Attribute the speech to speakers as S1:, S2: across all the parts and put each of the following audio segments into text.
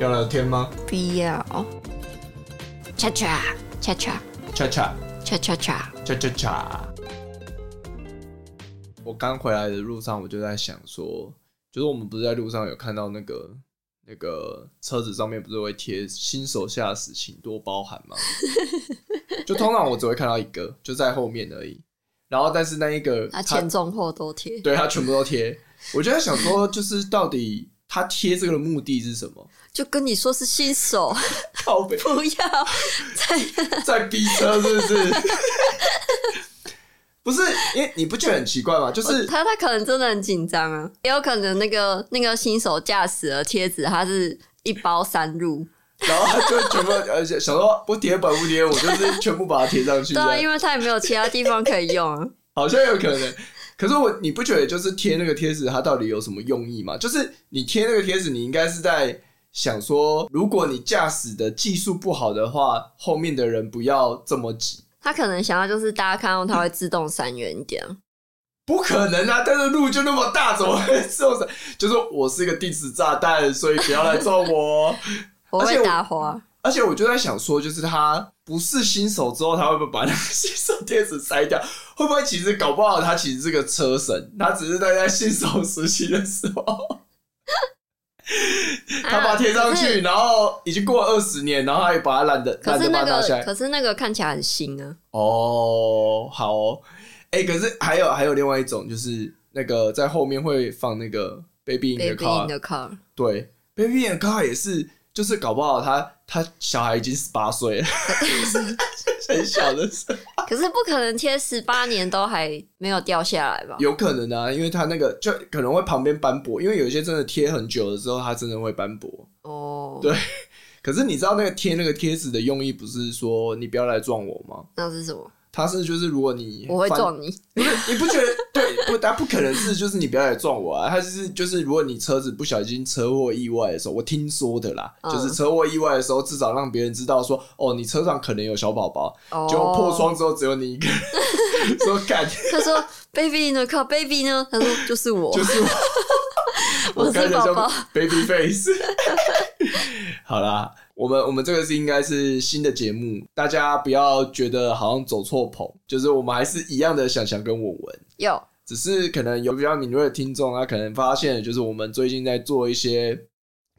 S1: 要聊天吗？
S2: 不要。恰恰恰恰
S1: 恰恰
S2: 恰恰恰，
S1: 恰恰恰。我刚回来的路上，我就在想说，就是我们不是在路上有看到那个那个车子上面不是会贴“新手下死，请多包涵” 吗？就通常我只会看到一个，就在后面而已。然后，但是那一个
S2: 啊，
S1: 它
S2: 前中后都贴。
S1: 对他全部都贴，我就在想说，就是到底他贴这个的目的是什 么？
S2: 就跟你说是新手，
S1: 靠北
S2: 不要
S1: 在逼车是不是？ 不是，因为你不觉得很奇怪吗？就是
S2: 他，他可能真的很紧张啊，也有可能那个那个新手驾驶的贴纸，它是一包三入，
S1: 然后他就全部呃想说不贴本不贴，我就是全部把它贴上去，
S2: 对啊，
S1: 这样
S2: 因为他也没有其他地方可以用啊。
S1: 好像有可能。可是我你不觉得就是贴那个贴纸，它到底有什么用意吗？就是你贴那个贴纸，你应该是在想说，如果你驾驶的技术不好的话，后面的人不要这么挤。
S2: 他可能想要就是大家看到它会自动闪远一点啊，
S1: 不可能啊！但是路就那么大，怎么会受伤？就是我是一个定时炸弹，所以不要来撞我哦。
S2: 我
S1: 而且
S2: 会
S1: 我
S2: 打花。
S1: 而且我就在想说，就是他不是新手之后，他会不会把那个新手贴纸筛掉？会不会其实搞不好他其实是个车神，他只是在在新手实习的时
S2: 啊
S1: 候， 他把它贴上去，然后已经过了二十年，然后他也把它懒得
S2: 啊可
S1: 懒
S2: 是
S1: 得把
S2: 那
S1: 它拿下
S2: 个，
S1: 来。
S2: 可是那个看起来很新啊，
S1: 哦，好哦，哎、可是还有还有另外一种，就是那个在后面会放那个 baby in the
S2: baby
S1: car，
S2: in the car，
S1: 对，baby in the car 也是，就是搞不好他他小孩已经十八岁 了， 很小的时候，
S2: 可是不可能贴十八年都还没有掉下来吧？
S1: 有可能啊，因为他那个就可能会旁边斑驳，因为有一些真的贴很久了之后，它真的会斑驳。
S2: 哦，
S1: 对啊可是你知道那个贴那个贴纸的用意不是说你不要来撞我吗？
S2: 那是什么？
S1: 它是就是如果你
S2: 我会
S1: 翻
S2: 撞你，
S1: 不是，你不觉得对？不，他不可能是就是你不要来撞我啊！他就是就是，如果你车子不小心车祸意外的时候，我听说的啦，
S2: 嗯
S1: 就是车祸意外的时候，至少让别人知道说，哦，你车上可能有小宝宝，
S2: 哦，
S1: 结果破窗之后只有你一个人， 说干
S2: 他说：“Baby 呢？靠，Baby 呢？”他说：“就是我，
S1: 就是 我，
S2: 我是
S1: 刚才
S2: 宝
S1: 叫
S2: 宝。
S1: baby face。好啦，我们我们这个是应该是新的节目，大家不要觉得好像走错棚，就是我们还是一样的想想跟我文。
S2: 有
S1: 只是可能有比较敏锐的听众，他可能发现，就是我们最近在做一些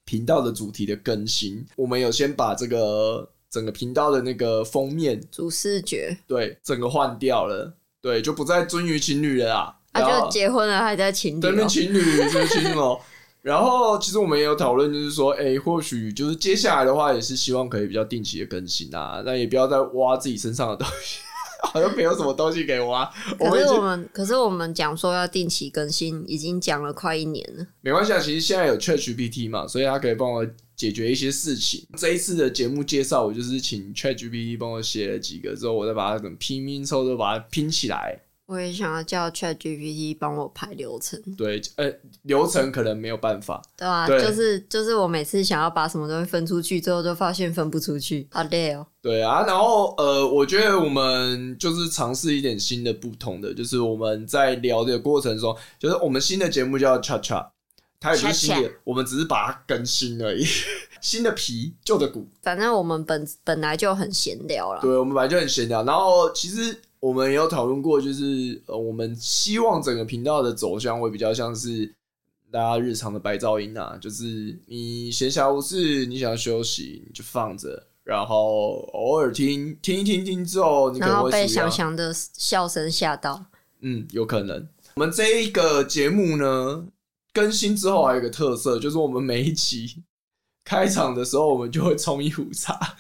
S1: 频道的主题的更新，我们有先把这个整个频道的那个封面，
S2: 主视觉
S1: 对，整个换掉了，对，就不再尊于情侣了啦，
S2: 啊，
S1: 然
S2: 就
S1: 后
S2: 结婚了还在情侣
S1: 对面
S2: 哦、
S1: 情侣就是情侣哦。然后，其实我们也有讨论，就是说，哎、或许就是接下来的话，也是希望可以比较定期的更新啊，那也不要再挖自己身上的东西，好像没有什么东西给挖。我啊
S2: 可
S1: 们已
S2: 是
S1: 经
S2: 我们，可是我们讲说要定期更新，已经讲了快一年了。
S1: 没关系，啊，其实现在有 ChatGPT 嘛，所以它可以帮我解决一些事情。这一次的节目介绍，我就是请 ChatGPT 帮我写了几个之后，我再把它等拼音之后都把它拼起来。
S2: 我也想要叫 ChatGPT 帮我排流程，
S1: 对，呃，流程可能没有办法，
S2: 对吧、
S1: 对
S2: 就是就是我每次想要把什么东西分出去，最后就发现分不出去，好累哦、
S1: 对啊。然后呃，我觉得我们就是尝试一点新的、不同的，就是我们在聊的过程中，就是我们新的节目叫 Cha Cha，它也不是新的，我们只是把它更新而已， 新的皮，旧的骨。
S2: 反正我们本本来就很闲聊了，
S1: 对，我们本来就很闲聊，然后其实我们也有讨论过，就是呃，我们希望整个频道的走向会比较像是大家日常的白噪音啊，就是你闲暇无事，你想要休息，你就放着，然后偶尔听听一听听之后，你可
S2: 然
S1: 能
S2: 后
S1: 会
S2: 被
S1: 喜欢
S2: 想想的笑声吓到。
S1: 嗯，有可能。我们这一个节目呢，更新之后还有一个特色，就是我们每一集 开场的时候，我们就会冲一壶茶。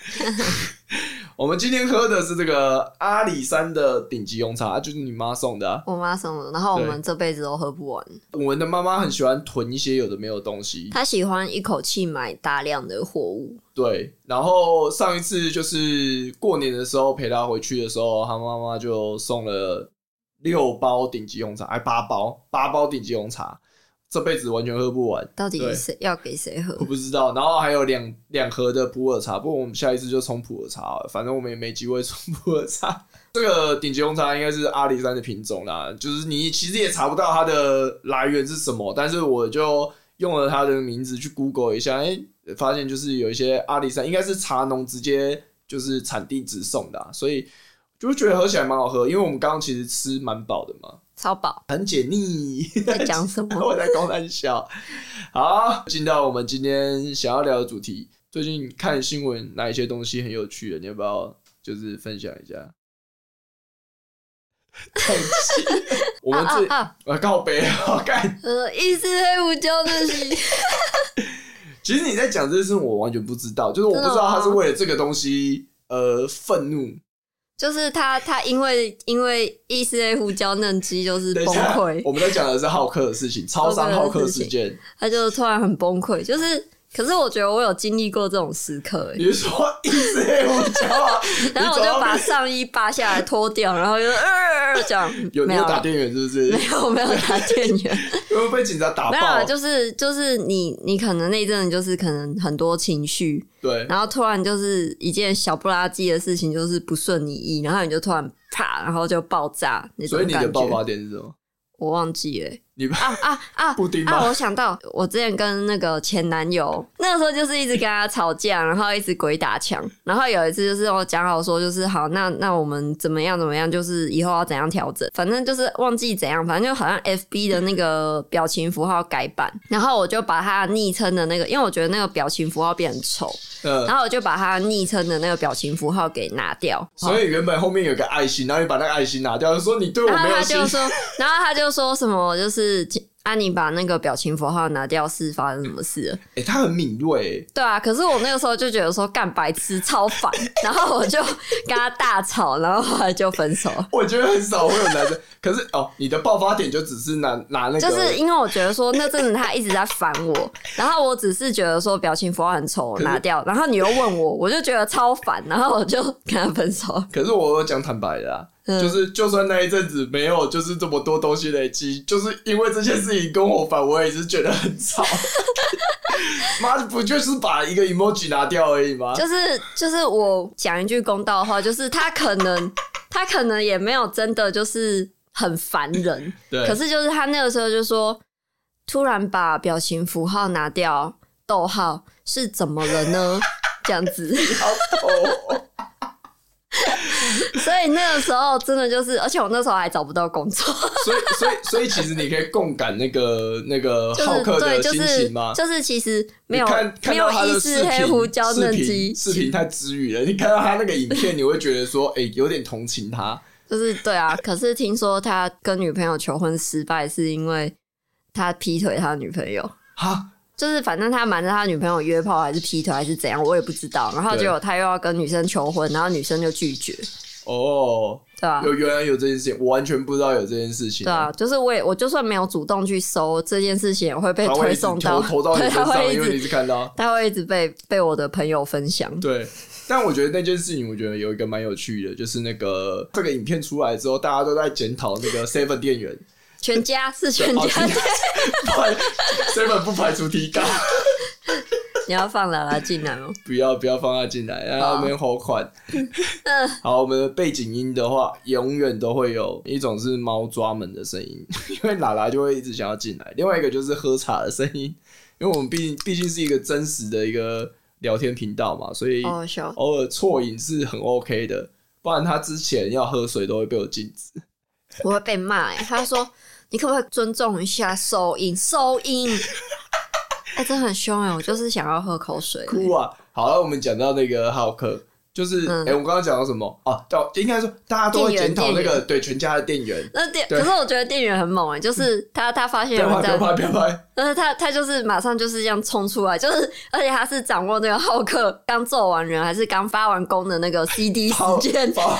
S1: 我们今天喝的是这个阿里山的顶级红茶，就是你妈送的啊、
S2: 我妈送的，然后我
S1: 对嗯
S2: 们这辈子都喝不完。
S1: 我们的妈妈很喜欢囤一些有的没有的东西，
S2: 他喜欢一口气买大量的货物，
S1: 对。然后上一次就是过年的时候陪她回去的时候，她妈妈就送了六包顶级红茶，哎，八包，八包顶级红茶，这辈子完全喝不完。
S2: 到底
S1: 对
S2: 谁要给谁喝
S1: 我？不知道。然后还有两两盒的普洱茶，不过我们下一次就冲普洱茶好了，反正我们也没机会冲普洱茶。这个顶级红茶应该是阿里山的品种啦，就是你其实也查不到它的来源是什么，但是我就用了他的名字去 Google 一下，哎、发现就是有一些阿里山应该是茶农直接就是产地直送的、啊，所以就觉得喝起来蛮好喝。因为我们刚刚其实吃蛮饱的嘛，
S2: 超饱。
S1: 很解腻。
S2: 在讲什么？
S1: 我在高三笑。好，进到我们今天想要聊的主题。最近看新闻，哪一些东西很有趣的？你要不要就是分享一下？叹气，我们
S2: 啊
S1: 这
S2: 啊啊！
S1: 我告别好干。
S2: 呃，一丝黑胡椒那些，
S1: 其实你在讲这件事，我完全不知道，就是我不知道他是为了这个东西呃愤怒。
S2: 就是他他因为因为一丝黑胡椒嫩鸡就是
S1: 等
S2: 崩
S1: 一下，
S2: 溃，
S1: 我们在讲的是浩克的事情，超商浩克事 件。
S2: 他就突然很崩溃。就是，可是我觉得我有经历过这种时刻、欸，
S1: 你是说一直黑胡椒啊？
S2: 然后我
S1: 你
S2: 就
S1: 走到
S2: 把
S1: 那
S2: 上衣扒下来脱掉，然后就呃这样，
S1: 有
S2: 没
S1: 你
S2: 有
S1: 有打店员是不是？
S2: 没有没有打店员，
S1: 有没有被警察打
S2: 没有啊
S1: 爆？哦
S2: 就是就是你你可能那一阵子就是可能很多情绪，
S1: 对，
S2: 然后突然就是一件小不拉几的事情，就是不顺你意，然后你就突然啪，然后就爆炸那种
S1: 所以
S2: 感
S1: 你
S2: 觉。
S1: 的爆发点是什么？
S2: 我忘记了欸、
S1: 你
S2: 啊啊啊！
S1: 布 丁
S2: 啊，
S1: 吗？
S2: 我想到我之前跟那个前男友，那个时候就是一直跟他吵架，然后一直鬼打墙，然后有一次就是我讲好说，就是好，那那我们怎么样怎么样，就是以后要怎样调整，反正就是忘记怎样，反正就好像 F B 的那个表情符号改版，然后我就把他昵称的那个，因为我觉得那个表情符号变很丑，
S1: 嗯，
S2: 然后我就把他昵称的那个表情符号给拿掉，
S1: 所以原本后面有个爱心，然后你把那个爱心拿掉，说你对我
S2: 然后
S1: 没有
S2: 他
S1: 心
S2: 就。说， 然后他就说什么，就是啊，你把那个表情符号拿掉是发生什么事了？
S1: 哎，他很敏锐，
S2: 对啊，可是我那个时候就觉得说干白痴超烦，然后我就跟他大吵，然后后来就分手了。
S1: 我觉得很少会有男生。可是哦，你的爆发点就只是拿拿那个，
S2: 就是因为我觉得说那阵子他一直在烦我，然后我只是觉得说表情符号很丑，我
S1: 是
S2: 拿掉，然后你又问我，我就觉得超烦，然后我就跟他分手。
S1: 可是我有讲坦白的啊，
S2: 嗯
S1: 就是就算那一阵子没有就是这么多东西累积，就是因为这件事情跟我反，我也是觉得很 吵。妈的，不就是把一个 emoji 拿掉而已吗？
S2: 就是就是我讲一句公道话，就是他可能他可能也没有真的就是很烦人，
S1: 对，
S2: 可是就是他那个时候就说，突然把表情符号拿掉，逗号是怎么了 呢？这样子，
S1: 好痛哦
S2: 所以那个时候真的就是，而且我那时候还找不到 工作，
S1: 所以所以所以其实你可以共感那个那个
S2: 就
S1: 浩
S2: 是
S1: 克
S2: 对，
S1: 的
S2: 就
S1: 心
S2: 是
S1: 情吗？
S2: 就是其实没有
S1: 你看
S2: 没
S1: 看
S2: 有
S1: 到他
S2: 意
S1: 的
S2: 式
S1: 视
S2: 黑
S1: 频
S2: 胡椒
S1: 视
S2: 嫩
S1: 频
S2: 鸡，
S1: 视频太治愈了。你看到他那个影片，你会觉得说，哎、有点同情他。
S2: 就是对啊。可是听说他跟女朋友求婚失败，是因为他劈腿他女朋友。
S1: 哈，
S2: 就是反正他瞒着他女朋友约炮还是劈腿还是怎样，我也不知道。然后
S1: 对
S2: 结果他又要跟女生求婚，然后女生就拒绝，
S1: 哦，
S2: 对啊吧、
S1: 有原来有这件事情，我完全不知道有这件事情。
S2: 对啊，就是我也我就算没有主动去搜这件事情，也啊会被
S1: 他会
S2: 推
S1: 一直
S2: 送
S1: 投投到你
S2: 对，
S1: 身
S2: 他
S1: 上，
S2: 会一
S1: 因为你
S2: 直
S1: 是看到。
S2: 他会一直被被我的朋友分享。
S1: 对，但我觉得那件事情，我觉得有一个蛮有趣的，就是那个这个影片出来之后，大家都在检讨那个 Seven 店 员，
S2: 全家是全
S1: 哦
S2: 家，
S1: 全 Seven 不排除提高，
S2: 你要放啦啦进来 哦。
S1: 不要不要放他进来，让他们好款。 好，我们的背景音的话，永远都会有一种是猫抓门的声音， 因为喇喇就会一直想要进来；，另外一个就是喝茶的声音，因为我们毕竟毕竟是一个真实的一个聊天频道嘛，所以
S2: 哦，笑，
S1: 偶尔错饮是很 OK 的，不然他之前要喝水都会被我禁止。
S2: 我会被骂哎、他说你可不可以尊重一下收音收 音？哎、真的很凶哎、我就是想要喝口水。
S1: 哭啊！好了，我们讲到那个浩克，就是哎、
S2: 嗯
S1: 诶我们刚刚讲到什么啊？叫应该说大家都会检讨那
S2: 店员
S1: 个对全家的店员。
S2: 那店，
S1: 对
S2: 可是我觉得店员很猛哎、就是他他发现
S1: 不
S2: 有
S1: 要
S2: 人
S1: 拍，不
S2: 在
S1: 要拍，不要拍！
S2: 但是他他就是马上就是这样冲出来，就是而且他是掌握那个浩克刚揍完人还是刚发完功的 那个 CD 时
S1: 好
S2: 间，
S1: 好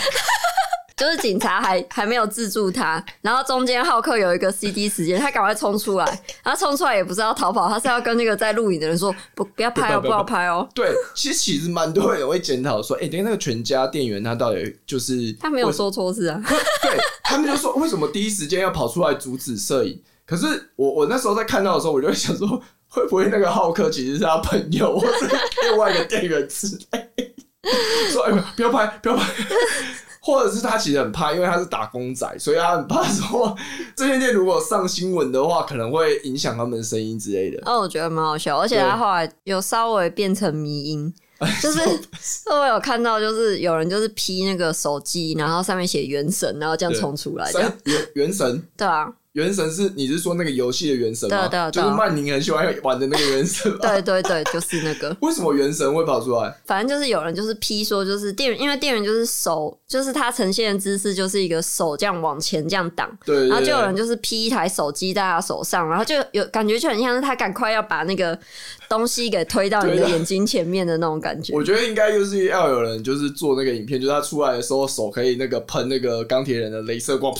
S2: 就是警察还 还没有制住他，然后中间浩克有一个 CD 时间，他赶快冲出来，然后冲出来也不是要逃跑，他是要跟那个在录影的人说不不要拍哦，
S1: 不
S2: 不
S1: 要
S2: 要拍哦，
S1: 对，其实其实蛮多人会检讨说，哎、等一下那个全家店员他到底就是
S2: 他没有说错事啊，
S1: 对他们就说为什么第一时间要跑出来阻止摄影？可是我我那时候在看到的时候，我就会想说，会不会那个浩克其实是他朋友，或者是另外一个店员之类的？说哎、不要拍，不要拍。或者是他其实很怕，因为他是打工仔，所以他很怕说这间店如果上新闻的话，可能会影响他们的生意之类的。
S2: 哦，我觉得蛮好笑，而且他
S1: 对
S2: 后来有稍微变成迷 音，就是 我有看到，就是有人就是 P 那个手机，然后上面写“原神”，然后这样
S1: 对
S2: 冲出来，这样
S1: 三原原神，
S2: 对啊，
S1: 原神是你是说那个游戏的原神吗？
S2: 对啊对啊
S1: 就
S2: 对啊。
S1: 是曼宁很喜欢玩的那个原神
S2: 对对对，就是那个，
S1: 为什么原神会跑出来？
S2: 反正就是有人就是 P 说，就是店员，因为店员就是手，就是他呈现的姿势就是一个手这样往前这样挡，
S1: 对对
S2: 然后就有
S1: 对
S2: 人就是 P 一台手机在他手上，然后就有感觉就很像是他赶快要把那个东西给推到你
S1: 推
S2: 的
S1: 到
S2: 眼睛前面的那种感觉
S1: 我。觉得应该就是要有人就是做那个影片，就是他出来的时候手可以那个喷那个钢铁人的镭射光，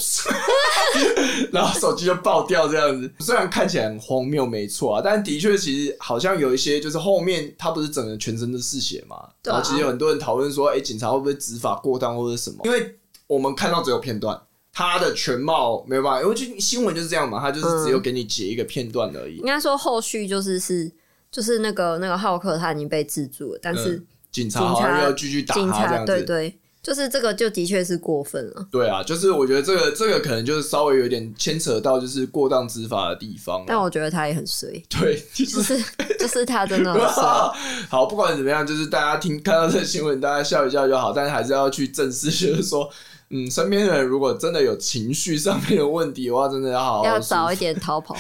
S1: 然后手机就爆掉这样子。虽然看起来很荒谬，没错啊，但的确其实好像有一些就是后面他不是整个全身都是血嘛，
S2: 对
S1: 然
S2: 啊
S1: 后其实有很多人讨论说，哎、警察会不会执法过当或者什么？因为我们看到只有片段。他的全貌没有办法，因为就新闻就是这样嘛，他就是只
S2: 嗯
S1: 有给你截一个片段而已。
S2: 应该说后续就是是就是那个那个浩克他已经被制住了，但是
S1: 嗯警察
S2: 警
S1: 好像
S2: 察
S1: 要继续打
S2: 警
S1: 他这
S2: 察
S1: 样子，
S2: 对对，就是这个就的确是过分了。
S1: 对啊，就是我觉得这个这个可能就是稍微有点牵扯到就是过当执法的地方
S2: 但
S1: 了。
S2: 我觉得他也很衰，
S1: 对，就
S2: 就 是是就是他真的很衰。
S1: 好，不管怎么样，就是大家听看到这个新闻，大家笑一笑就好，但是还是要去正视，就是说，嗯，身边的人如果真的有情绪上面的问题的话，真的要好好
S2: 要
S1: 疏
S2: 早一点逃跑，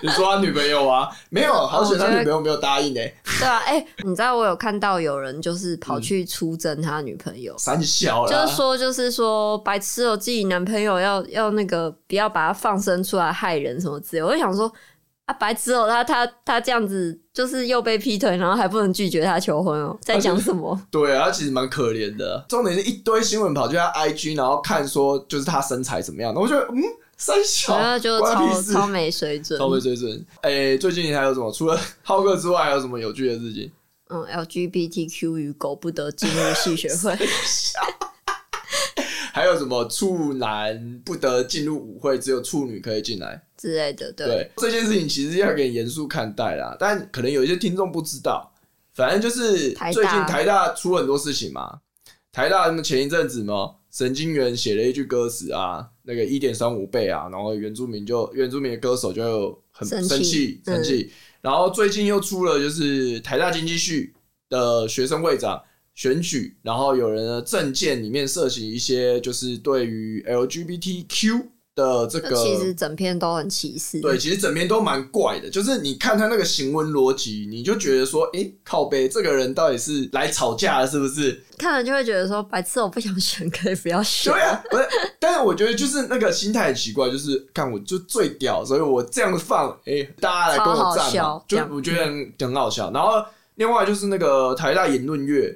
S1: 你说他女朋友啊，没有，好险他女朋友没有答应呢、欸
S2: 对啊，哎、你知道我有看到有人就是跑去出征他女朋友，
S1: 三小嗯啦，
S2: 就是说，就是说，白痴哦、自己男朋友要要那个，不要把他放生出来害人什么之类。我就想说，啊，白痴哦、他他他这样子，就是又被劈腿，然后还不能拒绝他求婚哦、在讲什么？
S1: 对啊，他其实蛮可怜的。重点是一堆新闻跑去他 IG，然后看说就是他身材怎么样，然后我觉得嗯，三小，
S2: 然后就
S1: 关他
S2: 超
S1: 屁事
S2: 超没水准。
S1: 超没水准。哎、最近你还有什么？除了浩哥之外，还有什么有趣的事情？
S2: 嗯，LGBTQ 与狗不得进入戏学会，
S1: 还有什么处男不得进入舞会，只有处女可以进来？
S2: 之类的，对。
S1: 对这件事情，其实要给你严肃看待啦。但可能有一些听众不知道，反正就是
S2: 台大
S1: 最近台大出很多事情嘛。台大他们前一阵子嘛，神经元写了一句歌词啊，那个一点三五倍啊，然后原住民就原住民的歌手就很
S2: 生
S1: 生
S2: 气
S1: 气
S2: 嗯
S1: 生气，然后最近又出了就是台大经济系的学生会长选举，然后有人的证件里面涉及一些就是对于 LGBTQ 的这
S2: 那
S1: 个
S2: 呃其实整篇都很歧视，
S1: 对，其实整篇都蛮怪的，就是你看他那个行文逻辑，你就觉得说，诶，靠背这个人到底是来吵架的，是不 是？
S2: 看了就会觉得说，白痴，我不想选，可以不要选
S1: 对。啊， 不是，但是我觉得就是那个心态很奇怪，就是看我就最屌，所以我这样放，诶，大家来跟
S2: 超好
S1: 我站嘛
S2: 笑，这
S1: 就
S2: 样
S1: 我觉得很很好笑。然后另外就是那个台大言论月，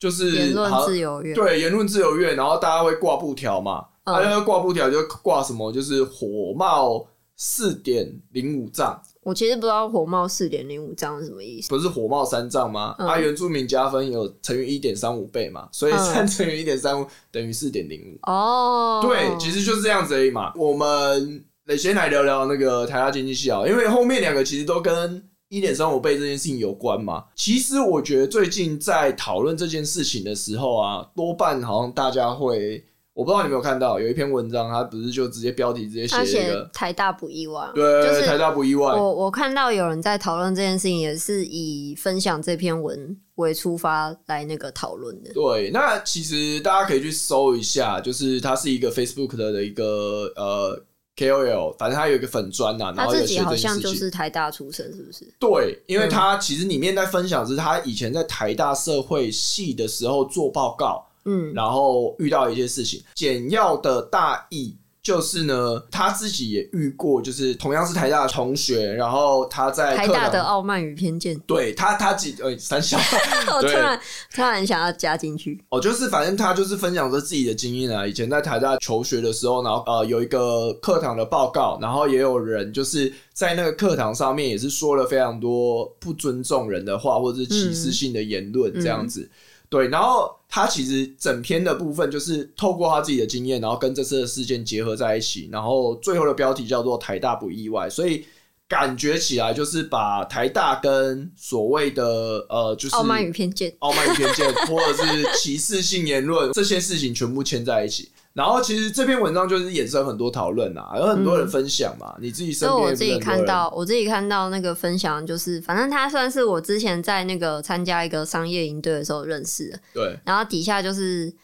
S1: 就是
S2: 言论
S1: 好像
S2: 自由月，
S1: 对言论自由月，然后大家会挂布条嘛，
S2: 嗯
S1: 大家会挂布条就挂什么，就是火冒四点零五丈。
S2: 我其实不知道火冒四点零五章是什么意思。
S1: 不是火冒三丈吗？
S2: 嗯
S1: 啊，原住民加分有乘以一点三五倍嘛，所以
S2: 嗯
S1: 三乘以一点三五等于四点零五。
S2: 哦，
S1: 对，其实就是这样子而已嘛。我们得先来聊聊那个台大经济系啊，因为后面两个其实都跟一点三五倍这件事情有关嘛。其实我觉得最近在讨论这件事情的时候啊，多半好像大家会，我不知道你有没有看到有一篇文章，它不是就直接标题直接写
S2: 他
S1: 了一
S2: 写
S1: 个。
S2: 台大不意外，
S1: 对，
S2: 就是
S1: 台大不意外，
S2: 我我看到有人在讨论这件事情，也是以分享这篇文为出发来那个讨论的。
S1: 对，那其实大家可以去搜一下，就是它是一个 Facebook 的的一个呃 KOL，反正它有一个粉砖呐、然
S2: 他
S1: 后有
S2: 自
S1: 学
S2: 己
S1: 这
S2: 好
S1: 件事
S2: 像
S1: 情。
S2: 就是台大出身，是不是？
S1: 对，因为
S2: 嗯
S1: 他其实里面在分享是他以前在台大社会系的时候做报告，
S2: 嗯，
S1: 然后遇到一些事情。简要的大意就是呢，他自己也遇过，就是同样是台大的同学，然后他在
S2: 台
S1: 课
S2: 大
S1: 堂
S2: 的傲慢与偏见，
S1: 对他他几呃、三小。
S2: 我突然突然想要加进去。
S1: 哦，就是反正他就是分享着自己的经验啊。以前在台大求学的时候，然后呃有一个课堂的报告，然后也有人就是在那个课堂上面也是说了非常多不尊重人的话，或者是歧
S2: 嗯
S1: 视性的言论这样子。对，然后他其实整篇的部分就是透过他自己的经验，然后跟这次的事件结合在一起，然后最后的标题叫做“台大不意外”，所以感觉起来就是把台大跟所谓的呃，就是
S2: 傲慢与偏见。
S1: 傲慢与偏见或者是歧视性言论这些事情全部牵在一起。然后其实这篇文章就是衍生很多讨论啊，有很多人分享嘛，你自己身
S2: 所以
S1: 边
S2: 嗯我
S1: 也
S2: 自
S1: 不是
S2: 己
S1: 很多
S2: 看
S1: 人
S2: 到，我自己看到那个分享，就是反正他算是我之前在那个参加一个商业营队的时候认识的，
S1: 对
S2: 然后底下就是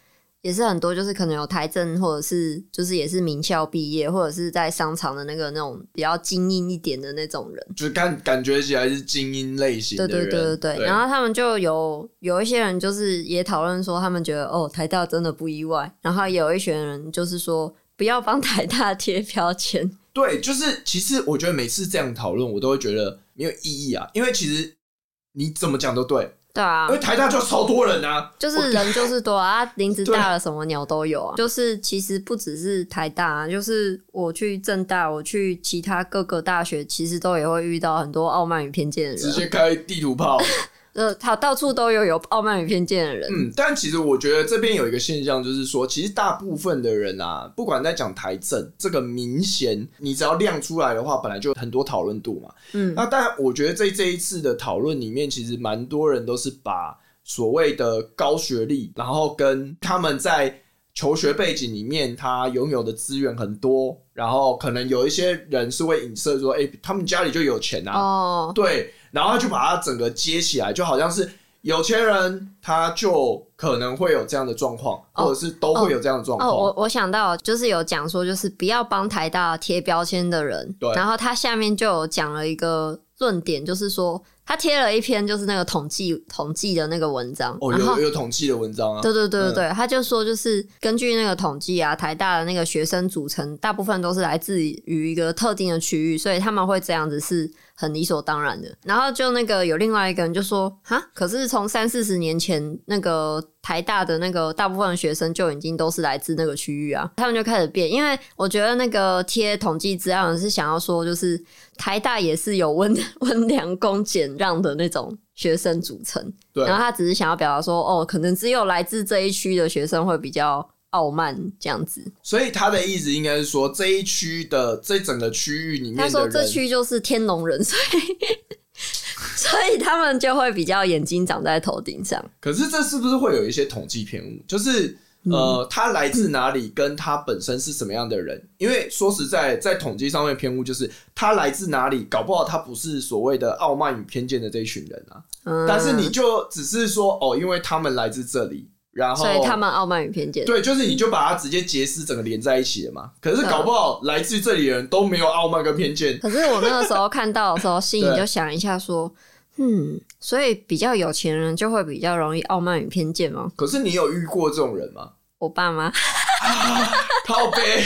S2: 也是很多，就是可能有台政或者是就是也是名校毕业，或者是在商场的那个那种比较精英一点的那种人。
S1: 就是感感觉起来是精英类型
S2: 对
S1: 的
S2: 对
S1: 人，
S2: 对对对，然后他们就有有一些人就是也讨论说，他们觉得哦台大真的不意外，然后有一群人就是说不要帮 台大贴标签，
S1: 对，就是其实我觉得每次这样讨论，我都会觉得没有意义啊，因为其实你怎么讲都对，
S2: 对啊
S1: 因，为台大就超多人啊，
S2: 就是人就是多 啊，啊林子大了什么鸟都有啊。就是其实不只是台大、啊，就是我去政大，我去其他各个大学，其实都也会遇到很多傲慢与偏见的
S1: 直
S2: 人。
S1: 接开地图炮。
S2: 呃，他到处都有有傲慢与偏见的人。
S1: 嗯，但其实我觉得这边有一个现象，就是说，其实大部分的人啊，不管在讲台政这个明显，你只要亮出来的话，本来就很多讨论度嘛。
S2: 嗯
S1: 那但我觉得在这一次的讨论里面，其实蛮多人都是把所谓的高学历，然后跟他们在求学背景里面，他拥有的资源很多，然后可能有一些人是会影射说，哎、他们家里就有钱啊，
S2: 哦，
S1: 对，然后就把它整个接起来，就好像是有钱人他就可能会有这样的状况，
S2: 哦
S1: 或者是都会有这样的状
S2: 哦，
S1: 况。
S2: 我我想到就是有讲说，就是不要帮台大贴标签的人。
S1: 对
S2: 然后他下面就有讲了一个论点，就是说他贴了一篇就是那个统计统计的那个文章，
S1: 哦
S2: 然后
S1: 有有统计的文章啊，
S2: 对对对对
S1: 嗯
S2: 对，他就说就是根据那个统计啊，台大的那个学生组成大部分都是来自于一个特定的区域，所以他们会这样子是很理所当然的。然后就那个有另外一个人就说哈，可是从三四十年前那个。台大的那个大部分的学生就已经都是来自那个区域啊，他们就开始变，因为我觉得那个贴统计资料的是想要说，就是台大也是有温 温良恭俭让的那种学生组成，
S1: 对
S2: 然后他只是想要表达说，哦，可能只有来自这一区的学生会比较傲慢这样子。
S1: 所以他的意思应该是说这一区的这整个区域里面
S2: 他
S1: 的
S2: 说
S1: 人，
S2: 这区就是天龙人，所以 所以他们就会比较眼睛长在头顶上。
S1: 可是这是不是会有一些统计偏误？就是
S2: 嗯
S1: 呃，他来自哪里，跟他本身是什么样的人？因为说实在，在统计上面偏误就是他来自哪里，搞不好他不是所谓的傲慢与偏见的这一群人啊。
S2: 嗯，
S1: 但是你就只是说哦，因为他们来自这里，然后
S2: 所以他们傲慢与偏见。
S1: 对，就是你就把它直接结丝整个连在一起了嘛。可是搞不好来自这里的人都没有傲慢跟偏见，
S2: 可是我那个时候看到的时候，心 里就想一下说，嗯，所以比较有钱人就会比较容易傲慢与偏见吗？
S1: 可是你有遇过这种人吗？
S2: 我 爸妈，
S1: 靠 背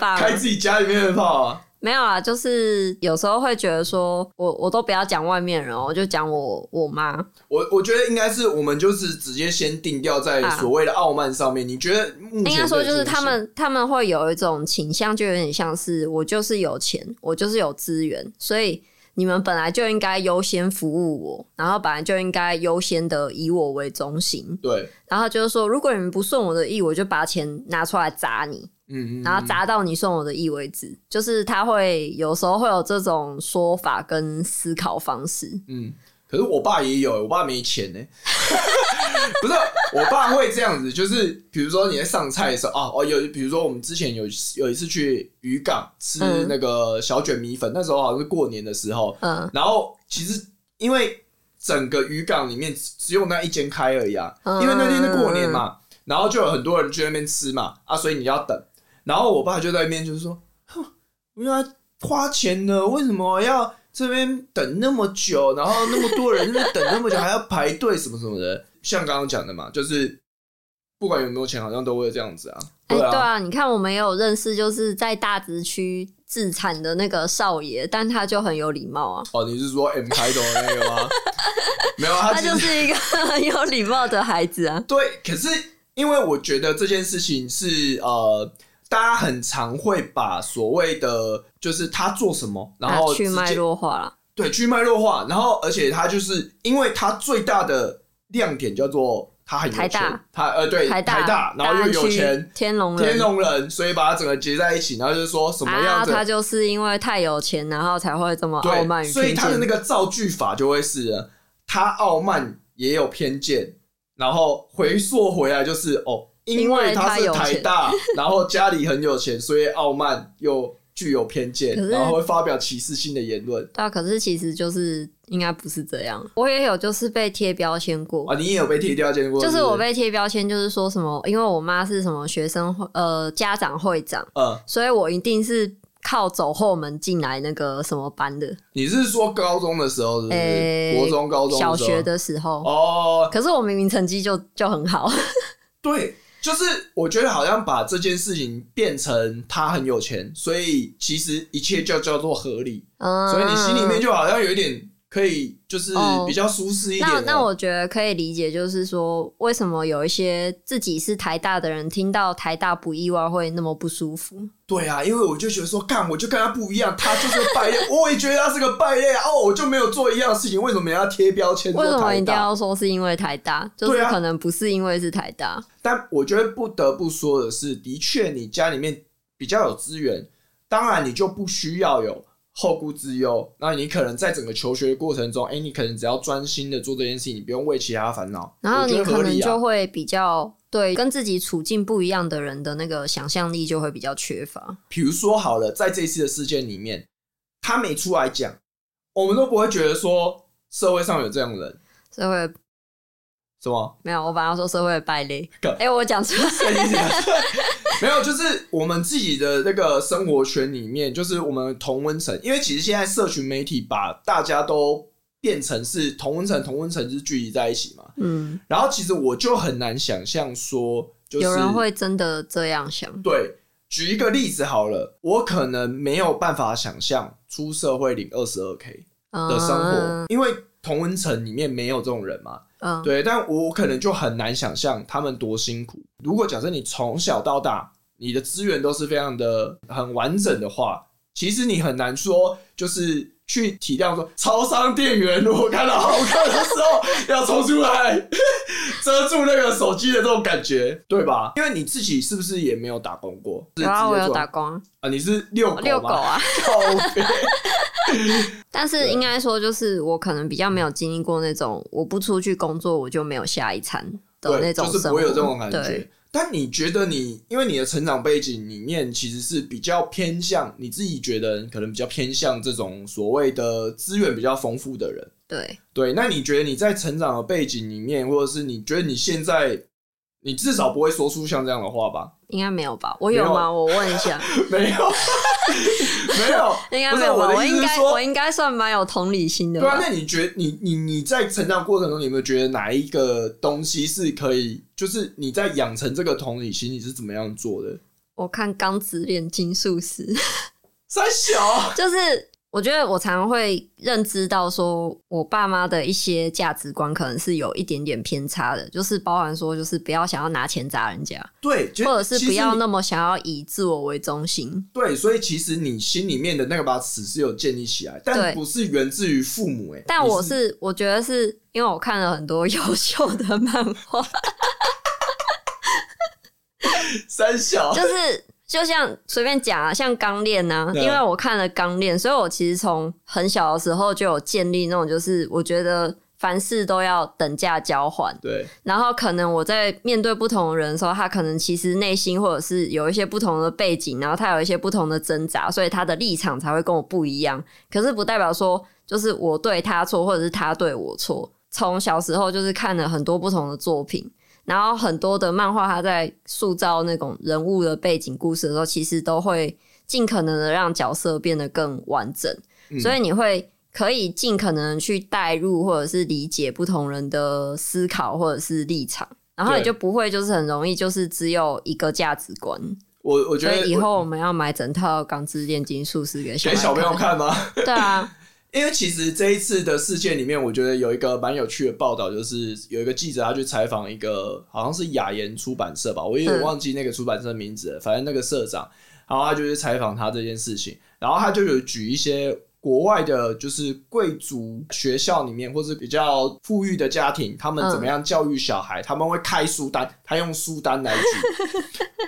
S2: 爸妈
S1: 开自己家里面的炮啊！
S2: 没有啊，就是有时候会觉得说，我我都不要讲外面人哦，我就讲我我妈。
S1: 我我觉得应该是我们就是直接先定调在
S2: 啊
S1: 所谓的傲慢上面。你觉得目前
S2: 应该说
S1: 这个
S2: 就是他
S1: 情形
S2: 们他们会有一种倾向，就有点像是我就是有钱，我就是有资源，所以你们本来就应该优先服务我，然后本来就应该优先的以我为中心。
S1: 对，
S2: 然后就是说，如果你们不顺我的意，我就把钱拿出来砸你，
S1: 嗯嗯，
S2: 然后砸到你顺我的意为止。就是他会有时候会有这种说法跟思考方式。
S1: 嗯，可是我爸也有，我爸没 钱呢、 不是，啊我爸会这样子，就是比如说你在上菜的时候，哦哦，有，比如说我们之前有有一次去渔港吃
S2: 嗯
S1: 那个小卷米粉，那时候好像是过年的时候，
S2: 嗯
S1: 然后其实因为整个渔港里面只只有那一间开而已啊，
S2: 嗯
S1: 因为那天是过年嘛，然后就有很多人去那边吃嘛，啊，所以你要等。然后我爸就在那边就是说，哼，我要花钱了，为什么要这边等那么久？然后那么多人那边等那么久，还要排队什么什么的。 像刚刚讲的嘛，就是不管有没有钱，好像都会这样子啊。
S2: 哎、
S1: 对
S2: 对
S1: 啊，
S2: 啊，你看我们也有认识，就是在大直区自产的那个少爷，但他就很有礼貌啊，
S1: 哦，你是说 M 开头的那个 吗？没有，啊他
S2: 他
S1: 只
S2: 就是是一个 很有礼貌的孩子啊。
S1: 对，可是因为我觉得这件事情是呃，大家很常会把所谓的就是他做什么，然后
S2: 啊去
S1: 直
S2: 脉
S1: 接
S2: 弱化了，
S1: 对去脉弱化，然后而且他就是因为他最大的亮点叫做他很有
S2: 台
S1: 钱
S2: 大，
S1: 他呃对
S2: 台大
S1: 大，然后又
S2: 安
S1: 有
S2: 区
S1: 钱，
S2: 天龙人
S1: 天龙人，所以把他整个结在一起，然后就是说什么样
S2: 啊，
S1: 的、
S2: 他就是因为太有钱，然后才会这么傲慢
S1: 对，
S2: 与
S1: 所以
S2: 偏
S1: 他的那
S2: 见。
S1: 个造句法就会是他傲慢也有偏见，然后回溯回来就是哦，因
S2: 因
S1: 为
S2: 为
S1: 他
S2: 他
S1: 是
S2: 有
S1: 台
S2: 钱
S1: 大，然后家里很有钱，所以傲慢又具有偏见
S2: 可，是
S1: 然后会发表歧视性的言论
S2: 对啊，可是其实就是应该不是这样。我也有就是被贴标签过，
S1: 啊，你也有被贴掉见过，
S2: 就是
S1: 是不
S2: 我被贴标签，就是说什么，因为我妈是什么学生会呃家长会长，
S1: 嗯，
S2: 所以我一定是靠走后门进来那个什么班的，
S1: 你是说高中的时候是不是？
S2: 诶
S1: 国中、高中、
S2: 小学的时候。
S1: 哦，
S2: 可是我明明成绩就就很好，
S1: 对，就是我觉得好像把这件事情变成他很有钱，所以其实一切就叫做合理，
S2: 嗯，哦
S1: 所以你心里面就好像有一点可以，就是比较舒适一点、哦
S2: 那那我觉得可以理解，就是说为什么有一些自己是台大的人听到台大不意外会那么不舒服。
S1: 对啊，因为我就觉得说，干我就跟他不一样，他就是个败类，我也觉得他是个败类啊，哦，我就没有做一样的事情，为什么要贴标签？
S2: 为什么一定
S1: 大？
S2: 要说是因为台大？就是
S1: 对啊
S2: 可能不是因为是台大，
S1: 但我觉得不得不说的是，的确你家里面比较有资源，当然你就不需要有后顾之忧。那你可能在整个求学过程中，哎、你可能只要专心的做这件事情，你不用为其他烦恼。
S2: 然后
S1: 我觉
S2: 你
S1: 得
S2: 可
S1: 合
S2: 能
S1: 理
S2: 就
S1: 啊。
S2: 会比较对跟自己处境不一样的人的那个想象力就会比较缺乏。
S1: 比如说好了，在这次的事件里面，他没出来讲，我们都不会觉得说社会上有这样的人，
S2: 社会
S1: 是吗？
S2: 没有，我把它说社会的败类
S1: 干。
S2: 哎、我 讲出来，
S1: 没有，就是我们自己的那个生活圈里面，就是我们同温层，因为其实现在社群媒体把大家都变成是同温层，同温层是聚集在一起嘛。
S2: 嗯，
S1: 然后其实我就很难想象说，就是
S2: 有人会真的这样想。
S1: 对。举一个例子好了，我可能没有办法想象出社会领二十二 k 的生活，
S2: 嗯
S1: 因为同温层里面没有这种人嘛。
S2: 嗯，
S1: 对，但我可能就很难想象他们多辛苦。如果假设你从小到大，你的资源都是非常的很完整的话，其实你很难说就是去体谅说，超商店员如果看到好看的时候要冲出来遮住那个手机的这种感觉，对吧？因为你自己是不是也没有打工过？是
S2: 有啊，
S1: 直接
S2: 我有
S1: 做
S2: 打工啊，
S1: 啊，你是遛狗
S2: 遛狗
S1: 吗？
S2: 啊。
S1: 靠北
S2: 但是
S1: 啊
S2: 应该说，就是我可能比较没有经历过那种我不出去工作我就没有下一餐的
S1: 对，
S2: 那种
S1: 就
S2: 生
S1: 是
S2: 活，
S1: 不会有这种感觉
S2: 对。。
S1: 但你觉得你，因为你的成长背景里面其实是比较偏向你自己觉得可能比较偏向这种所谓的资源比较丰富的人，
S2: 对，
S1: 对？那你觉得你在成长的背景里面，或者是你觉得你现在，你至少不会说出像这样的话吧？
S2: 应该没有吧？我有吗？我问一下，
S1: 没有，没有，
S2: 应该
S1: 不
S2: 没
S1: 是
S2: 有
S1: 我
S2: 吧？
S1: 的
S2: 我
S1: 意思
S2: 应
S1: 是
S2: 该
S1: 说
S2: 我，应该算蛮有同理心的
S1: 对啊，
S2: 吧？
S1: 那你觉得你你你在成长过程中，你有没有觉得哪一个东西是可以，就是你在养成这个同理心，你是怎么样做的？
S2: 我看《钢之炼金术师》，
S1: 三小，
S2: 就是我觉得我常会认知到，说我爸妈的一些价值观可能是有一点点偏差的，就是包含说，就是不要想要拿钱砸人家，
S1: 对，就
S2: 或者是
S1: 其实
S2: 不要
S1: 你
S2: 那么想要以自我为中心。
S1: 对，所以其实你心里面的那个把尺是有建立起来，但
S2: 对
S1: 不是源自于父母、欸，哎，
S2: 但我
S1: 你是
S2: 是我觉得是因为我看了很多 优秀的漫画，
S1: 三小，
S2: 就是就像随便讲啊，像《钢炼》啊，
S1: 对啊
S2: 因为我看了《钢炼》，所以我其实从很小的时候就有建立那种，就是我觉得凡事都要等价交换。
S1: 对
S2: 然后可能我在面对不同的人的时候，他可能其实内心或者是有一些不同的背景，然后他有一些不同的挣扎，所以他的立场才会跟我不一样。可是不代表说就是我对他错，或者是他对我错。从小时候就是看了很多不同的作品，然后很多的漫画，他在塑造那种人物的背景故事的时候，其实都会尽可能的让角色变得更完整，
S1: 嗯
S2: 所以你会可以尽可能去带入或者是理解不同人的思考或者是立场，然后
S1: 对
S2: 你就不会就是很容易就是只有一个价值观。
S1: 我我觉
S2: 所
S1: 得
S2: 以以
S1: 我
S2: 后我们要买整套《钢之炼金术师》给小
S1: 给小朋友
S2: 孩
S1: 看吗？
S2: 看。对啊，
S1: 因为其实这一次的事件里面，我觉得有一个蛮有趣的报道，就是有一个记者他去采访一个好像是雅言出版社吧，我有点
S2: 嗯
S1: 忘记那个出版社名字了，反正那个社长，然后他就去采访他这件事情，然后他就有举一些国外的，就是贵族学校里面，或是比较富裕的家庭，他们怎么样教育小孩，他们会开书单，他用书单来举，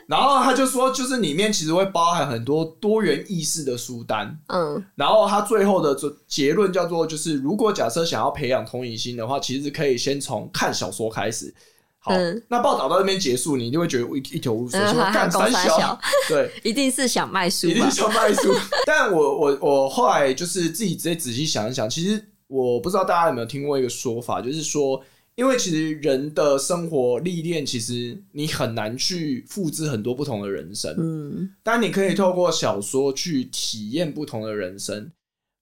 S1: 然后他就说，就是里面其实会包含很多多元意识的书单，
S2: 嗯
S1: 然后他最后的结结论叫做，就是如果假设想要培养同理心的话，其实可以先从看小说开始。好，
S2: 嗯
S1: 那报道到这边结束，你一定会觉得一一头雾水，
S2: 嗯
S1: 说
S2: 还
S1: 干
S2: 还
S1: 三
S2: 搞三
S1: 小
S2: 小，
S1: 对，
S2: 一定是想卖书
S1: 一
S2: 吧
S1: 定？想卖书。但我我我后来就是自己直接仔细想一想，其实我不知道大家有没有听过一个说法，就是说，因为其实人的生活历练，其实你很难去复制很多不同的人生。
S2: 嗯
S1: 但你可以透过小说去体验不同的人生。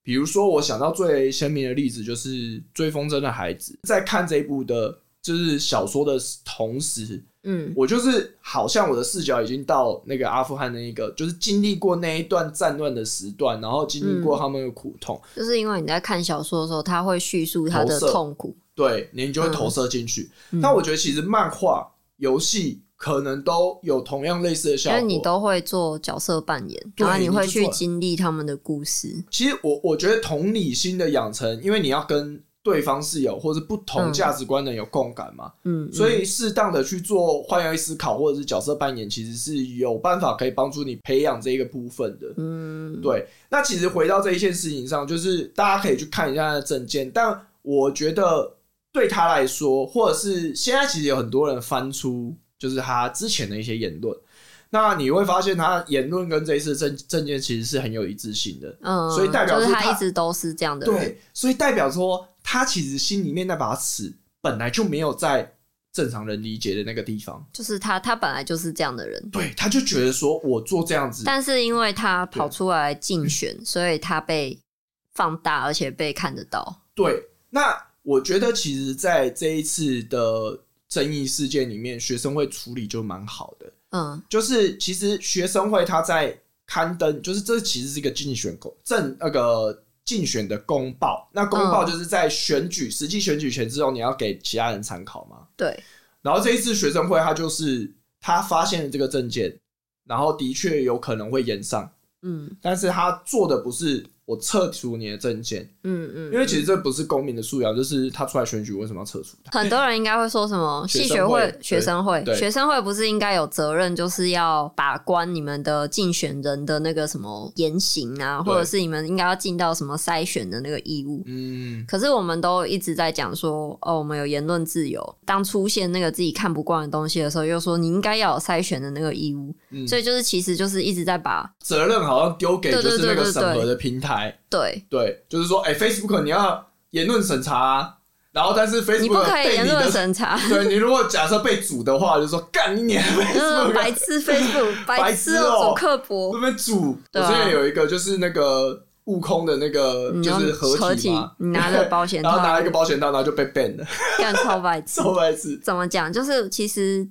S1: 比如说，我想到最鲜明的例子就是《追风筝的孩子》。在看这一部的，就是小说的同时，
S2: 嗯
S1: 我就是好像我的视角已经到那个阿富汗那一个，就是经历过那一段战乱的时段，然后经历过他们的苦痛，
S2: 就是因为你在看小说的时候，他会叙述他的
S1: 投射
S2: 痛苦。
S1: 对，你就会投射进去。
S2: 嗯
S1: 那我觉得其实漫画、游戏可能都有同样类似的效
S2: 因
S1: 果，
S2: 为你都会做角色扮演，
S1: 对
S2: 然后你会
S1: 你就
S2: 去
S1: 做了
S2: 经历他们的故事。
S1: 其实我我觉得同理心的养成，因为你要跟对方是有或者不同价值观的人有共感嘛，
S2: 嗯，嗯
S1: 所以适当的去做换位思考或者是角色扮演，其实是有办法可以帮助你培养这一个部分的。
S2: 嗯，
S1: 对，那其实回到这一件事情上，就是大家可以去看一下他的证件，但我觉得对他来说，或者是现在其实有很多人翻出就是他之前的一些言论，那你会发现他的言论跟这一次证证件其实是很有一致性的。
S2: 嗯，
S1: 所以代表
S2: 就是是他
S1: 他
S2: 一直都是这样的人。
S1: 对，所以代表说他其实心里面那把尺本来就没有在正常人理解的那个地方，
S2: 就是他，他本来就是这样的人，
S1: 对，他就觉得说我做这样子，
S2: 但是因为他跑出来竞选，所以他被放大，而且被看得到。
S1: 对。那我觉得其实在这一次的争议事件里面，学生会处理就蛮好的，
S2: 嗯
S1: 就是其实学生会他在刊登，就是这其实是一个竞选公正那个。竞选的公报，那公报
S2: 嗯
S1: 就是在选举、实际选举前之后，你要给其他人参考吗？
S2: 对，
S1: 然后这一次学生会，他就是他发现了这个证件，然后的确有可能会延上，
S2: 嗯
S1: 但是他做的不是我撤除你的证件，
S2: 嗯嗯，
S1: 因为其实这不是公民的素养，就是他出来选举为什么要撤除他？
S2: 很多人应该会说什么
S1: 学
S2: 系
S1: 生
S2: 学
S1: 会
S2: 会、
S1: 对
S2: 学生会、
S1: 对
S2: 学生会不是应该有责任，就是要把关你们的竞选人的那个什么言行啊，
S1: 对
S2: 或者是你们应该要尽到什么筛选的那个义务。
S1: 嗯，
S2: 可是我们都一直在讲说，哦，我们有言论自由。当出现那个自己看不惯的东西的时候，又说你应该要有筛选的那个义务。
S1: 嗯
S2: 所以就是其实就是一直在把
S1: 责任好像丢给
S2: 对
S1: 就
S2: 对
S1: 是那个
S2: 对对
S1: 审核的平台，
S2: 对，
S1: 对，就是说，哎，Facebook 你要言论审查啊，然后但是
S2: 你不
S1: Facebook
S2: 可以
S1: 被
S2: 言
S1: 你
S2: 论
S1: 的，
S2: 审查，
S1: 对你如果假设被阻的话，就说干你娘
S2: 嗯，
S1: Facebook
S2: 白痴 Facebook，
S1: 白
S2: 白
S1: 痴
S2: 痴
S1: 哦
S2: 哦，主刻
S1: 那
S2: 薄，
S1: 边煮，我
S2: 对啊
S1: 之前有一个就是那个悟空的那个
S2: 你
S1: 就
S2: 要
S1: 是合体
S2: 体
S1: 嘛，，
S2: 你拿着保 险
S1: 然
S2: 套
S1: 后，拿了一个保险套，然后就被 ban 了，
S2: 干超白痴。
S1: 超白痴。
S2: 怎么讲？就是其实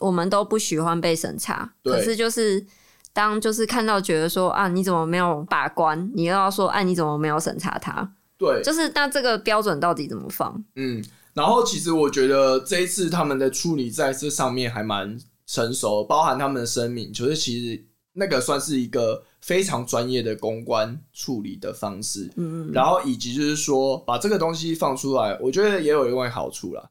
S2: 我们都不喜欢被审查，
S1: 对
S2: 可是就是当就是看到觉得说啊，你怎么没有把关？你又要说啊，你怎么没有审查他？
S1: 对，
S2: 就是那这个标准到底怎么放？
S1: 嗯，然后其实我觉得这一次他们的处理在这上面还蛮成熟，包含他们的声明，就是其实那个算是一个非常专业的公关处理的方式。
S2: 嗯，
S1: 然后以及就是说把这个东西放出来，我觉得也有一个好处啦，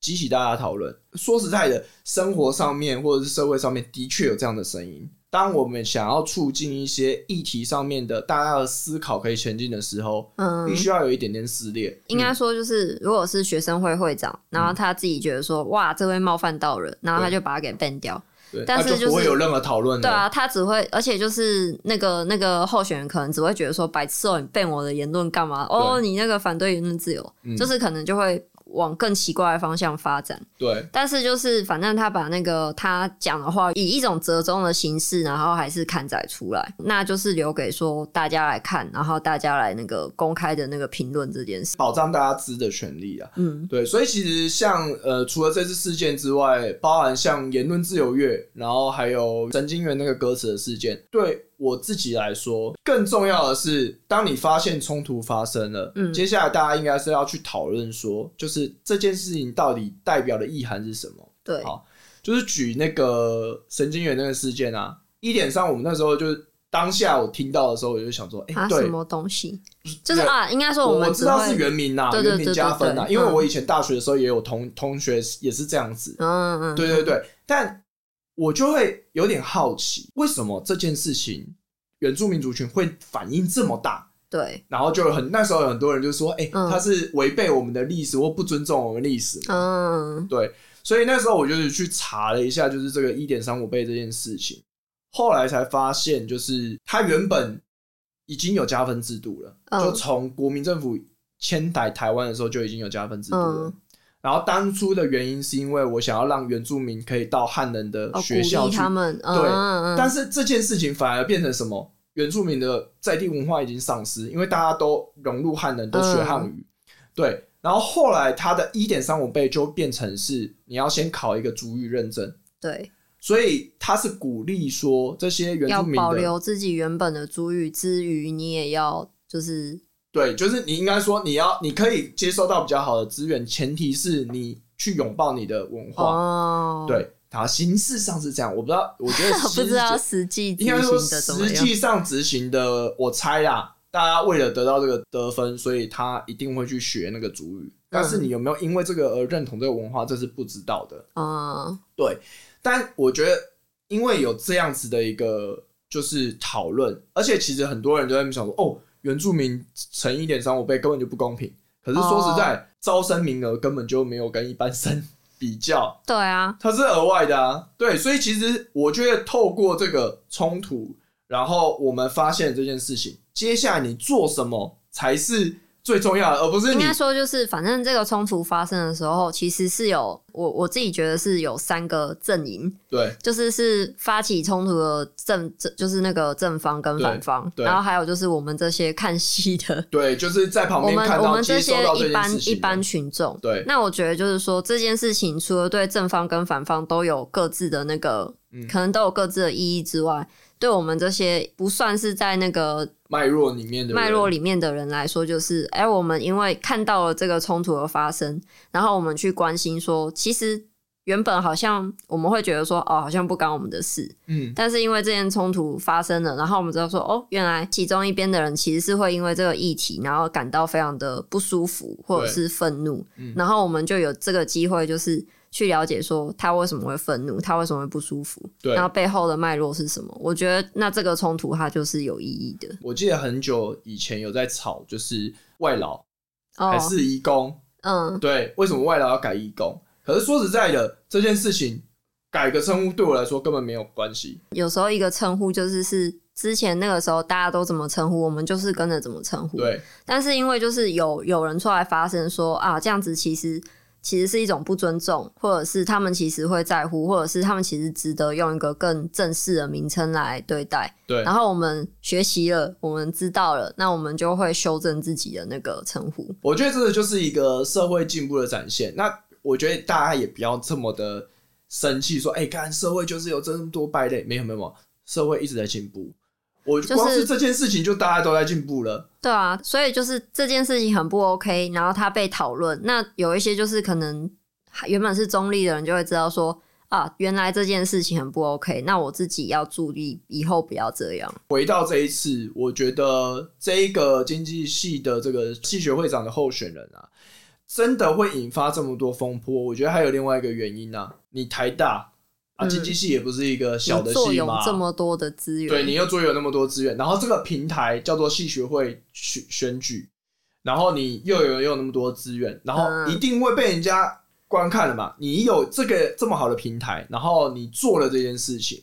S1: 激起大家讨论。说实在的，生活上面或者是社会上面的确有这样的声音。当我们想要促进一些议题上面的大家的思考可以前进的时候，
S2: 嗯
S1: 必，须要有一点点撕裂。
S2: 应该说就是，如果是学生会会长，然后他自己觉得说哇，这会冒犯到人，然后他就把他给 ban 掉。
S1: 对，
S2: 但
S1: 那
S2: 是
S1: 就
S2: 就
S1: 不会
S2: 是
S1: 有任何讨论了。
S2: 对啊，他只会，而且就是那个那个候选人可能只会觉得说，白痴哦，你 ban 我的言论干嘛？哦，你那个反对言论自由，
S1: 嗯
S2: 就是可能就会往更奇怪的方向发展。
S1: 对
S2: 但是就是反正他把那个他讲的话以一种折中的形式，然后还是刊载出来，那就是留给说大家来看，然后大家来那个公开的那个评论这件事。
S1: 保障大家知的权利啊。
S2: 嗯，
S1: 对，所以其实像呃，除了这次事件之外，包含像言论自由月，然后还有神经元那个歌词的事件，对我自己来说，更重要的是，当你发现冲突发生了，
S2: 嗯
S1: 接下来大家应该是要去讨论说，就是这件事情到底代表的意涵是什么。
S2: 嗯对
S1: 好，就是举那个神经元那个事件啊，一点上我们那时候就是当下我听到的时候，我就想说，哎、
S2: 啊，什
S1: 对，
S2: 么东西？就是
S1: 对
S2: 啊，应该说
S1: 我
S2: 们
S1: 知
S2: 只
S1: 道
S2: 会
S1: 是原名啦，
S2: 对对
S1: 原名
S2: 对
S1: 加
S2: 对
S1: 分啦，
S2: 对
S1: 因为
S2: 嗯
S1: 我以前大学的时候也有同同学也是这样子，
S2: 嗯嗯，
S1: 对对对，但我就会有点好奇，为什么这件事情原住民族群会反应这么大？
S2: 对，
S1: 然后就有很那时候有很多人就说，哎、
S2: 嗯
S1: 他是违背我们的历史或不尊重我们历史嘛，
S2: 嗯
S1: 对，所以那时候我就是去查了一下，就是这个一点三五倍这件事情，后来才发现，就是它原本已经有加分制度了，
S2: 嗯
S1: 就从国民政府迁台台湾的时候就已经有加分制度了。
S2: 嗯
S1: 然后当初的原因是因为我想要让原住民可以到汉人的
S2: 哦，鼓
S1: 学校
S2: 励
S1: 去，
S2: 他们，嗯
S1: 对
S2: 嗯嗯，
S1: 但是这件事情反而变成什么？原住民的在地文化已经丧失，因为大家都融入汉人，都学汉
S2: 嗯
S1: 语，对。然后后来他的一点三五倍就变成是你要先考一个族语认证，
S2: 对，
S1: 所以他是鼓励说这些原
S2: 要
S1: 住民
S2: 保
S1: 的，
S2: 留自己原本的主语之余，你也要就是
S1: 对，就是你应该说你要你可以接收到比较好的资源，前提是你去拥抱你的文化，
S2: 哦，，
S1: 对。它形式上是这样，我不知道，我觉得
S2: 不知道
S1: 形
S2: 实际执
S1: 应该说，
S2: 行的怎么
S1: 实
S2: 样，
S1: 际上执行的，我猜啦，大家为了得到这个得分，所以他一定会去学那个主语。
S2: 嗯
S1: 但是你有没有因为这个而认同这个文化，这是不知道的。
S2: 嗯
S1: 对，但我觉得，因为有这样子的一个就是讨论，而且其实很多人都在想说，哦，原住民乘一点三五倍根本就不公平。可是说实
S2: 哦
S1: 在，招生名额根本就没有跟一般生比较，
S2: 对啊，
S1: 它是额外的啊，对，所以其实我觉得透过这个冲突，然后我们发现这件事情，接下来你做什么才是最重要的，而不是
S2: 应
S1: 你
S2: 该说就是，反正这个冲突发生的时候，其实是有我我自己觉得是有三个阵营，
S1: 对
S2: 就是是发起冲突的正正就是那个正方跟反方，
S1: 对对
S2: 然后还有就是我们这些看戏的，
S1: 对，就是在旁
S2: 我
S1: 边
S2: 们
S1: 看
S2: 我
S1: 到
S2: 们
S1: 接收
S2: 些
S1: 到这
S2: 一
S1: 件
S2: 般
S1: 事
S2: 一
S1: 情的，
S2: 般群众。
S1: 对
S2: 那我觉得就是说这件事情，除了对正方跟反方都有各自的那个，
S1: 嗯
S2: 可能都有各自的意义之外，对我们这些不算是在那个
S1: 脉络里面的人
S2: 脉络，里面的人来说，就是哎、我们因为看到了这个冲突的发生，然后我们去关心说，其实原本好像我们会觉得说，哦，好像不干我们的事，
S1: 嗯，
S2: 但是因为这件冲突发生了，然后我们知道说，哦，原来其中一边的人其实是会因为这个议题，然后感到非常的不舒服或者是愤怒
S1: 嗯，
S2: 然后我们就有这个机会，就是去了解说他为什么会愤怒，他为什么会不舒服，
S1: 对
S2: 然。后背后的脉络是什么。我觉得那这个冲突它就是有意义的。
S1: 我记得很久以前有在吵，就是外劳
S2: 哦
S1: 还，是移工，
S2: 嗯，
S1: 对，为什么外劳要改移工？可是说实在的，这件事情改个称呼对我来说根本没有关系，
S2: 有时候一个称呼就是是之前那个时候大家都怎么称呼，我们就是跟着怎么称呼。。
S1: 对，
S2: 但是因为就是有有人出来发声说啊，这样子其实其实是一种不尊重，或者是他们其实会在乎，或者是他们其实值得用一个更正式的名称来对待。
S1: 对
S2: 然后我们学习了，我们知道了，那我们就会修正自己的那个称呼。
S1: 我觉得这个就是一个社会进步的展现。那我觉得大家也不要这么的生气，说：“哎、看社会就是有这么多败类。”没有没有，没有，社会一直在进步。我
S2: 就是
S1: 光是这件事情就大家都在进步了。
S2: 对啊，所以就是这件事情很不 OK，然后它被讨论。那有一些就是可能原本是中立的人就会知道说啊，原来这件事情很不 OK，那我自己要注意以后不要这样。
S1: 回到这一次，我觉得这一个经济系的这个系学会长的候选人啊，真的会引发这么多风波。我觉得还有另外一个原因啊，你台大啊，
S2: 嗯
S1: 经济系也不是一个小的
S2: 你坐
S1: 系
S2: 拥
S1: 嘛，
S2: 这么多的资源，
S1: 对你又桌游有那么多资源，然后这个平台叫做系学会选选举，然后你又有又有那么多资源，然后
S2: 嗯
S1: 一定会被人家观看的嘛。你有这个这么好的平台，然后你做了这件事情，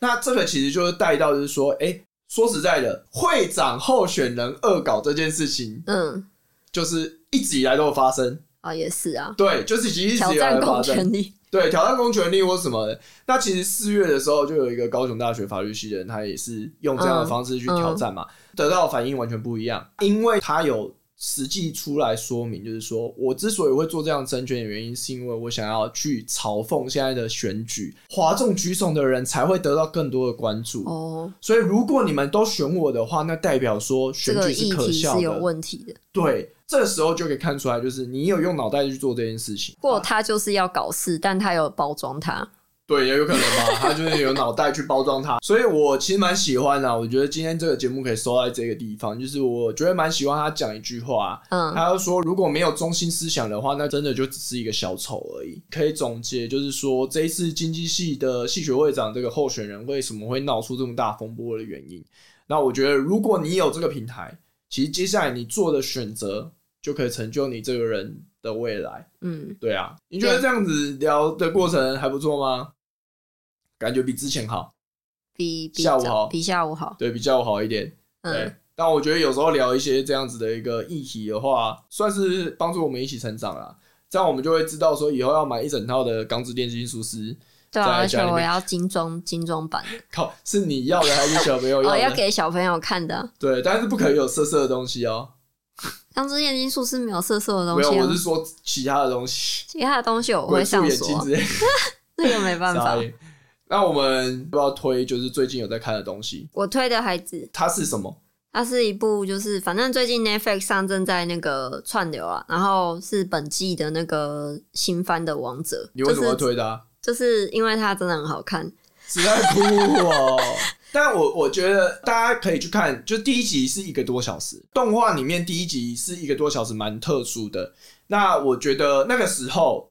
S1: 那这个其实就是带到就是说，哎、说实在的，会长候选人恶搞这件事情，
S2: 嗯
S1: 就是一直以来都有发生。
S2: 啊，也是啊，
S1: 对，就是其实一直
S2: 挑
S1: 以来
S2: 战
S1: 都
S2: 公
S1: 发生。
S2: 权力，
S1: 对，挑战公权力或什么的。那其实四月的时候，就有一个高雄大学法律系的人，他也是用这
S2: 嗯
S1: 样的方式去挑战嘛，得到的反应完全不一样，因为他有实际出来说明，就是说我之所以会做这样争权的原因，是因为我想要去嘲讽现在的选举，哗众取宠的人才会得到更多的关注。
S2: 哦，
S1: 所以，如果你们都选我的话，那代表说
S2: 这
S1: 选
S2: 个
S1: 举
S2: 议
S1: 可
S2: 题
S1: 笑
S2: 是有
S1: 的。
S2: 问题的，
S1: 对，这时候就可以看出来，就是你有用脑袋去做这件事情。
S2: 或他就是要搞事，但他有包装他，
S1: 对，也有可能吧，他就是有脑袋去包装它，所以我其实蛮喜欢的啊。我觉得今天这个节目可以收在这个地方，就是我觉得蛮喜欢他讲一句话，啊
S2: 嗯，
S1: 他就说如果没有中心思想的话，那真的就只是一个小丑而已。可以总结就是说，这一次经济系的系学会长这个候选人为什么会闹出这么大风波的原因。那我觉得，如果你有这个平台，其实接下来你做的选择就可以成就你这个人的未来。
S2: 嗯，
S1: 对啊，你觉得
S2: 对
S1: 这样子聊的过程还不错吗？感觉比之前好，
S2: 比比
S1: 下午
S2: 早
S1: 好
S2: 比下午好。
S1: 对，比较好一点。对
S2: 嗯，，
S1: 但我觉得有时候聊一些这样子的一个议题的话，算是帮助我们一起成长啦。这样我们就会知道说，以后要买一整套的钢之炼金术师，
S2: 对啊，
S1: 在
S2: 而
S1: 家
S2: 且
S1: 里面
S2: 我要精装精装版，
S1: 靠，是你要的还是小朋友
S2: 哦，
S1: 要
S2: 要
S1: 的？
S2: 给小朋友看的。
S1: 对，但是不可以有色色的东西哦。
S2: 钢之炼金术是没有色色的
S1: 没
S2: 东
S1: 有，
S2: 西啊
S1: 我是，说其他的东西，
S2: 其他的东西我
S1: 鬼
S2: 会
S1: 畜
S2: 上
S1: 眼睛
S2: 锁
S1: 之，类的。
S2: 那个没 办法
S1: 傻。眼那我们要不要推就是最近有在看的东西？
S2: 我推的孩子，
S1: 它是什么？
S2: 它是一部就是反正最近 Netflix 上正在那个串流啊，然后是本季的那个新番的王者，
S1: 你为什么会
S2: 就是
S1: 推它？
S2: 就是因为它真的很好看，
S1: 实在哭哦。 但我我觉得大家可以去看，就第一集是一个多小时，动画里面第一集是一个多小时，蛮特殊的。那我觉得那个时候，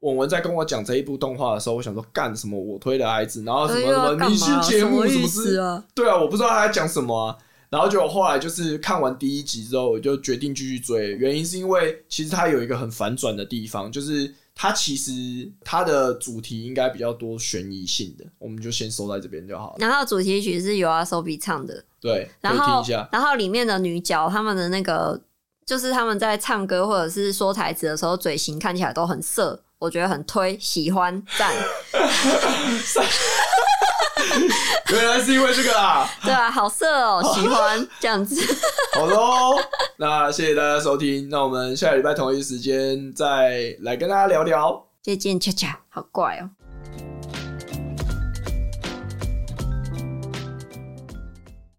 S1: 文文在跟我讲这一部动画的时候，我想说干什么？我推的孩子，然后什
S2: 所以
S1: 么
S2: 要
S1: 什么
S2: 干
S1: 明
S2: 嘛
S1: 星
S2: 啊？
S1: 节目，
S2: 么
S1: 什
S2: 意
S1: 么是
S2: 思啊？
S1: 对啊，我不知道他在讲什么啊。然后就后来就是看完第一集之后，我就决定继续追，原因是因为其实它有一个很反转的地方，就是它其实它的主题应该比较多悬疑性的，我们就先收在这边就好了。
S2: 然后主题曲是由阿 Sobi 唱的，
S1: 对，可
S2: 然
S1: 以听
S2: 后
S1: 一下。
S2: 然后里面的女角她们的那个就是她们在唱歌或者是说台词的时候，嘴型看起来都很色，我觉得很推，喜欢 赞，
S1: 原来是因为这个啊，
S2: 对啊，好色哦，喜 欢这样子，
S1: 好喽。那谢谢大家收听，那我们下个礼拜同一时间再来跟大家聊聊。
S2: 再见，恰恰，好怪哦。